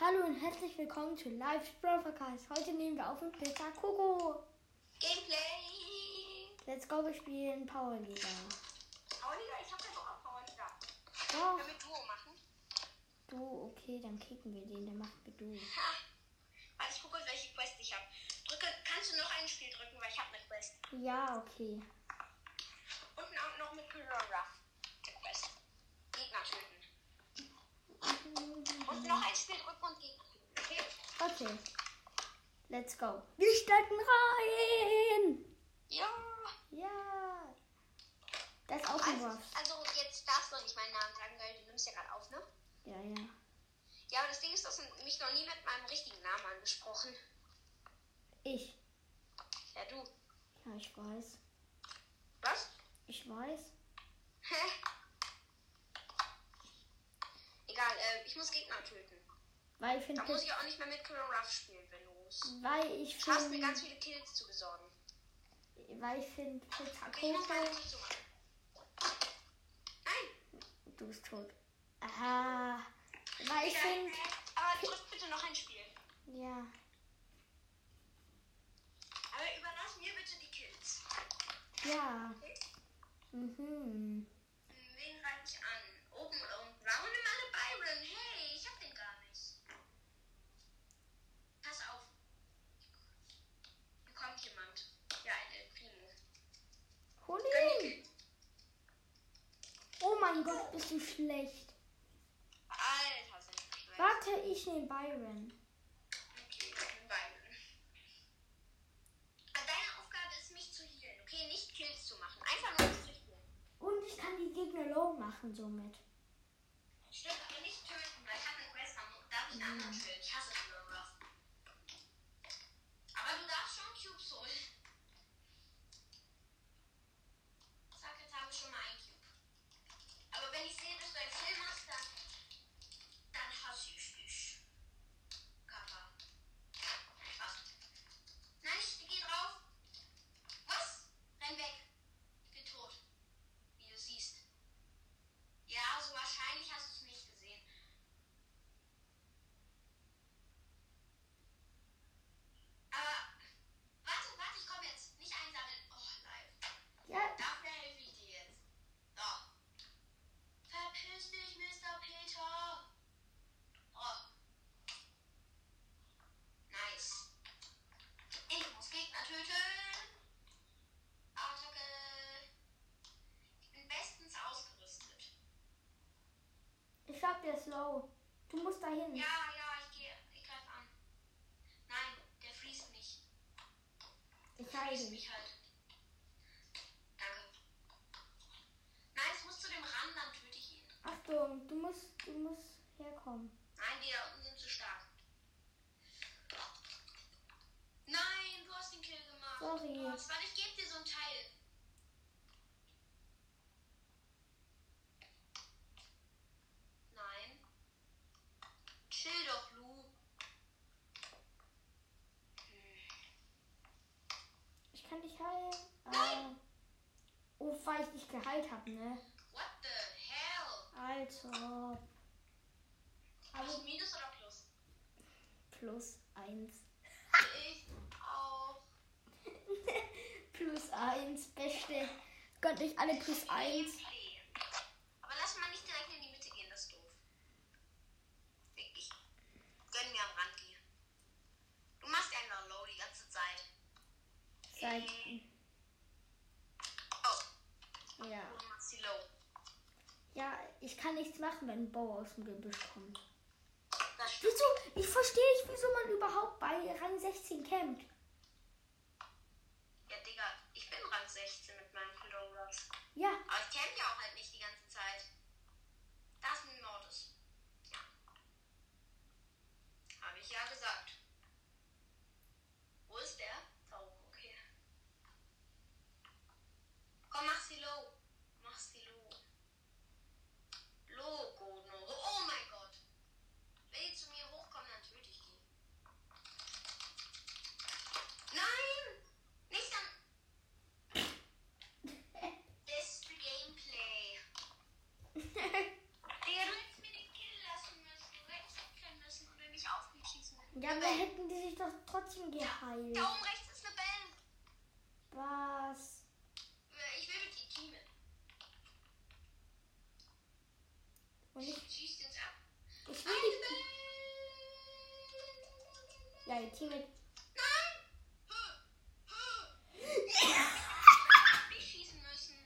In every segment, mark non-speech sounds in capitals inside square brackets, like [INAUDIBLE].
Hallo und herzlich willkommen zu Live's Broadcast. Heute nehmen wir auf mit Peter Koko. Gameplay! Let's go, wir spielen Power Liga. Power Liga, ich hab ja Bock auf Power Liga. Ja, Können wir Duo machen? du, okay, dann kicken wir den, dann macht wir du. Ha! Warte, ich guck kurz, welche Quest ich hab. Drücke, kannst du noch ein Spiel drücken, weil ich hab eine Quest. Ja, okay. Und auch noch mit Kirora. Eine Quest. Gegner töten. Und noch ein Spiel drücken und Gegner töten. Okay? Okay. Let's go. Wir starten rein! Ja! Ja. Das ist auch ein Also, Wurf. also jetzt darfst du nicht meinen Namen sagen, weil du nimmst ja gerade auf, ne? Ja, ja. Ja, aber das Ding ist, dass du mich noch nie mit meinem richtigen Namen angesprochen. Ich. Ja, du. Ja, ich weiß. Was? Ich weiß. Hä? [LAUGHS] Egal, äh, ich muss Gegner töten. Weil ich finde, Da muss ich auch nicht mehr mit Colonel Ruff spielen, wenn du musst. weil ich Du hast mir finde, ganz viele Kills zu besorgen. weil ich finde, Peter Okay, ich muss meine Koko. Kills suchen. Nein! Du bist tot. Aha. Weil ich egal. finde. Aber drück bitte noch ein Spiel. Ja. Aber überlass mir bitte die Kills. Ja. Mhm. Hm, Wen reite ich an? Oben und warum nimm alle Byron? Hey, ich hab den gar nicht. Pass auf. Da kommt jemand. Ja, ein El Primo. Hol Gönn die ihn. Kills. Oh mein Gott, bist du schlecht. Alter, sind wir schlecht. Warte, ich nehme Byron. Okay, ich bin bei mir. Aber Deine Aufgabe ist, mich zu healen, okay? Nicht Kills zu machen. Einfach nur mich zu healen. Und ich kann die Gegner low machen somit. Stimmt, aber nicht töten, weil ich habe eine Quest am Darf ich einen anderen töten? Ich hasse Blue Ruff. Aber du darfst schon Cubes holen. Zack, jetzt habe ich schon mal einen Cube. Aber wenn ich sehe, dass du einen Kill machst, dann, dann hasse ich dich. Kappa. Nein, Spaß. Nein, ich geh drauf. Was? Renn weg. Ich bin tot. Wie du siehst. Ja, so wahrscheinlich hast du es nicht gesehen. Aber warte, warte, ich komme jetzt. Nicht einsammeln. Oh, live. Ja, Dafür helfe ich dir jetzt. So. Verpiss dich, Mr. Peter. Oh. Nice. Ich muss Gegner töten. Attacke. Ich bin bestens ausgerüstet. ich hab der ist low. Du musst dahin. Ja, ja, ich gehe. Ich greife an. Nein, der fließt mich. Ich Fließt heile dich. mich halt. Danke. Nein, es muss zu dem ran, dann töte ich ihn. Achtung, du musst, du musst herkommen. Nein, die da unten sind zu stark. Nein, du hast den Kill gemacht. Sorry. Oh, warte, ich gebe dir so ein Teil. Nein. Chill doch, Lu. Hm, Ich kann dich heilen. Ah. Oh, weil ich dich geheilt hab, ne? What the hell? Also. Also Aber Minus oder Plus? plus eins. Ich auch. plus eins, beste. Könnt euch alle plus eins. Gameplay. Aber lass mal nicht direkt in die Mitte gehen, das ist doof. Ich gönn mir am Rand die. Du machst ja einfach low die ganze Zeit. Seit. Oh, Ja. du machst die low. Ja, ich kann nichts machen, wenn ein Bauer aus dem Gebüsch kommt. Das stimmt. Wieso? Ich verstehe nicht, wieso man überhaupt bei Rang 16 campt. Ja, Digga, ich bin Rang 16 mit meinen Clone Rush. Ja, Aber ich kämpfe ja auch halt nicht die ganze Zeit. Das ist ein Mordes. Ja. Habe ich ja gesagt. Wo ist der? Da oben, okay. Komm, mach sie low. Mach sie low. Low, Godno. Oh mein Gott. Wenn die zu mir hochkommen, dann töte ich die. Nein! Nicht an. Beste Gameplay. Ja, aber hätten die sich doch trotzdem geheilt. Da oben rechts ist eine Band. Was? Äh, Ich will mit Ikime. Und ich, Schießt jetzt ab. ich will Eine die. Band. Ja, ihr Teammate. Nein. Huh, huh. Ich schießen müssen.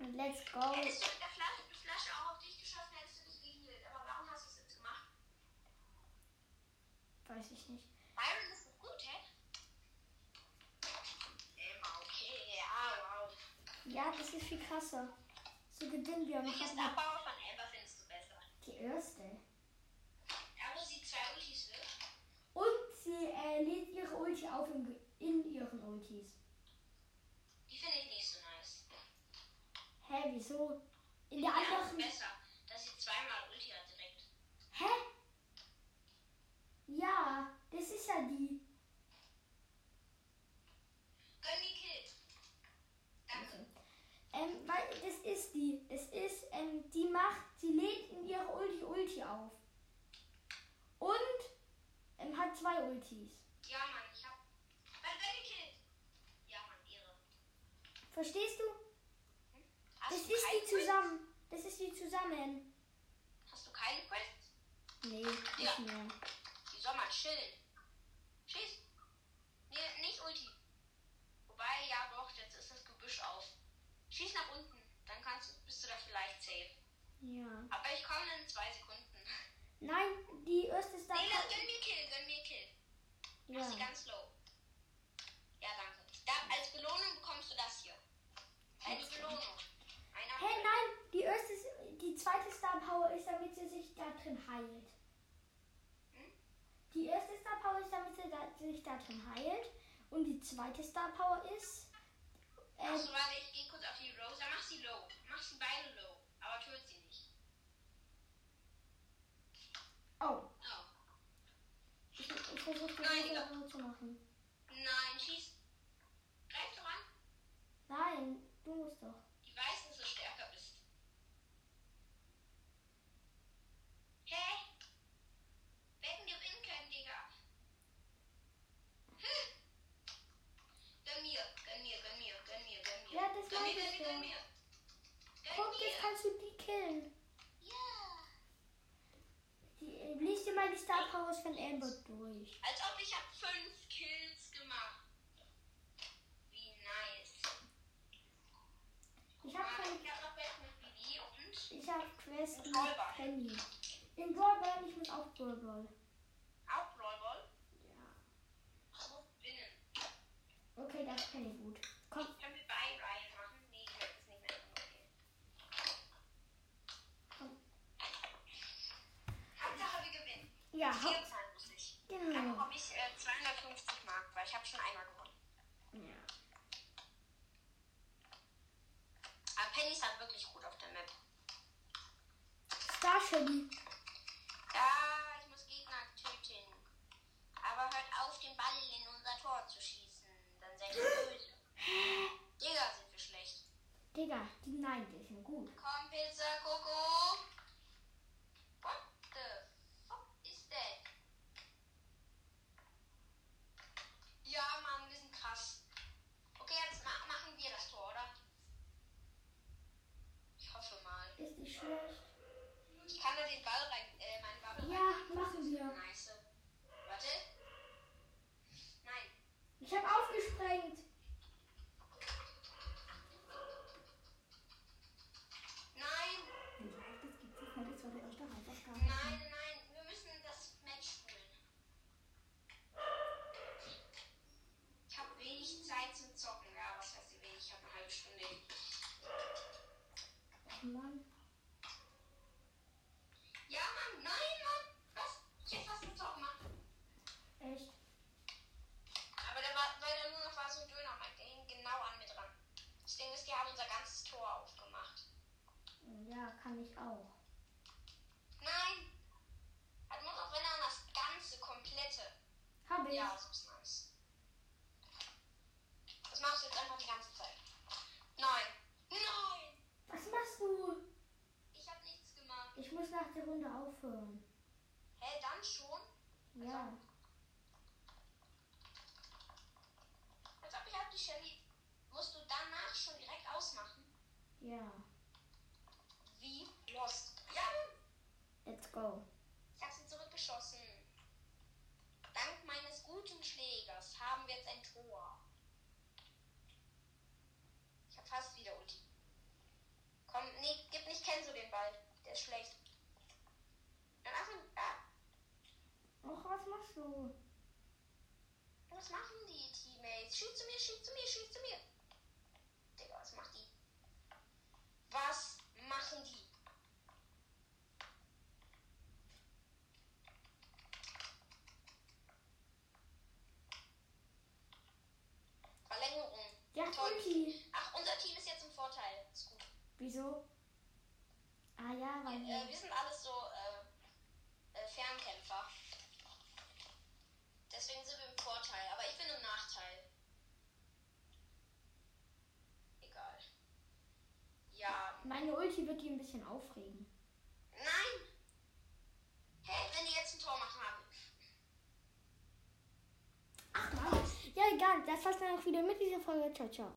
Und let's go. Hättest du mit der Flasche, mit Flasche auch auf dich geschossen, hättest du dich gehielt. Aber warum hast du es jetzt gemacht? Weiß ich nicht. Byron ist doch gut, hä? Immer okay, ja, wow. Ja, das ist viel krasser. So gedünnt wie am Welches Kasten. Abbau von Amber findest du besser? Die erste. Da, wo sie zwei Ultis wirft? Und sie äh, lädt ihre Ulti auf im, Ge- in ihren Ultis. Die finde ich nicht so nice. Hä, wieso? In der Ja, anderen. besser, dass sie zweimal Ulti hat direkt. Hä? Ja, das ist ja die. Gönn die Kill. Danke. Ähm, weil das ist die. Das ist, ähm, die macht, sie lädt in ihre Ulti Ulti auf. Und ähm, hat zwei Ultis. Ja, Mann, ich hab. Weil Gönn die Kill. Ja, Mann, ihre. Verstehst du? Hast Das du ist keine die zusammen. Das ist die zusammen. Quests? Hast du keine Quests? Nee, nicht Ja. mehr. Die soll mal chillen. Schieß. Nee, nicht Ulti. Wobei, ja doch, jetzt ist das Gebüsch auf. Schieß nach unten. Dann kannst du, bist du da vielleicht safe. Ja. Aber ich komme in zwei Sekunden. Nein, die erste ist da. Nee, dann gönn mir Kill, gönn mir Kill. Ja. Ja. Mach sie ganz low. Ja, danke. Da, als Belohnung bekommst du das hier. Eine Belohnung. Einer Hey, nein, die erste ist, die zweite Star Power ist, damit sie sich da drin heilt. Hm? Die erste Star Power ist, damit sie da, sich da drin heilt. Und die zweite Star Power ist, äh, Achso, warte, ich gehe kurz auf die Rosa. Mach sie low. Mach sie beide low. Aber tötet sie nicht. Oh. oh, ich, ich versuche die Nein, Rosa so zu machen. Nein, schieß. Greif doch an. Nein, du musst doch. Die weiß, dass du stärker bist. Hä? Wir hätten gewinnen können, Digga. Hm. Gönn mir, gönn mir, gönn mir, gönn mir, gönn mir. Ja, das gönn mir, meinte gönn ich mir, gönn mir. Gönn Guck, mir. jetzt kannst du die killen. Ja. Die, äh, lies dir mal die Star Powers von Amber durch. Als ob ich hab fünf Kills gemacht. Wie nice. Ich habe keine Ich hab noch welche mit Bibi und... Ich habe Quest mit Ballball. Penny. In Ballball, ich muss auch Ballball. Auch Rollball. Ja. Ich muss gewinnen. Okay, das kann ich gut. Komm, Können wir bei Ryan machen? Nee, ich werde es nicht mehr machen. komm. Hauptsache wir gewinnen. Ja, hau- 24. Dann genau. bekomme ich äh, 250 Mark, weil ich habe schon einmal gewonnen. Ja. Aber Penny ist halt wirklich gut auf der Map. Star Shelly. Ja, ich muss Gegner töten. Aber hört auf, den Ball in unser Tor zu schießen. Dann seid ihr böse. [GASPS] Digga, sind wir schlecht. Digga, die nein, die sind gut. Komm, Pizza Coco. What the fuck is that? Ja, Mann, wir sind krass. Okay, jetzt ma machen wir das Tor, oder? Ich hoffe mal. Ist die schlecht? Ich kann da den Ball rein, äh, meinen Bubble Ja, rein- machen wir. Nice. Warte. Nein. Ich habe aufgesprengt. Nein, nein, nein. Wir müssen das Match spielen. Ich habe wenig Zeit zum Zocken. Ja, was heißt wenig? Ich habe eine halbe Stunde. Oh Mann. Ja, Mann, nein, Mann. Was? Jetzt hast du einen Zocken gemacht. Echt? Aber da war, weil da nur noch war so ein Dönermarkt. Der hing genau an mir dran. Das Ding ist, die haben unser ganzes Tor aufgemacht. Ja, kann ich auch. Nein! Hat nur noch wenn er das ganze komplette. Hab ich. Ja, das ist nice. Das machst du jetzt einfach die ganze Zeit. Nein! Nein! Was machst du? Ich hab nichts gemacht. Ich muss nach der Runde aufhören. Hä, dann schon? Ja. Als ob ihr habt die Shelly. Musst du danach schon direkt ausmachen? Ja. Wie? Lost. Ja, Let's go. ich hab sie zurückgeschossen. Dank meines guten Schlägers haben wir jetzt ein Tor. Ich hab fast wieder Ulti. Komm, nee, gib nicht Kenzo den Ball. Der ist schlecht. Dann Anfang. Ah, Och, was machst du? Was machen die Teammates? Schieß zu mir, schieß zu mir, schieß zu mir. Digga, was macht die? Was machen die? Verlängerung. Der hat Ulti. Ach, unser Team ist jetzt im Vorteil. Ist gut. Wieso? Ah ja, Wir, weil äh, wir sind alles so äh, äh, Fernkämpfer. Deswegen sind wir im Vorteil, aber ich bin im Nachteil. Egal. Ja. meine Ulti wird die ein bisschen aufregen. Nein! Hey, wenn die jetzt ein Tor machen haben. Ach, Mann. Ja, egal. Das war's dann auch wieder mit dieser Folge. Ciao, ciao.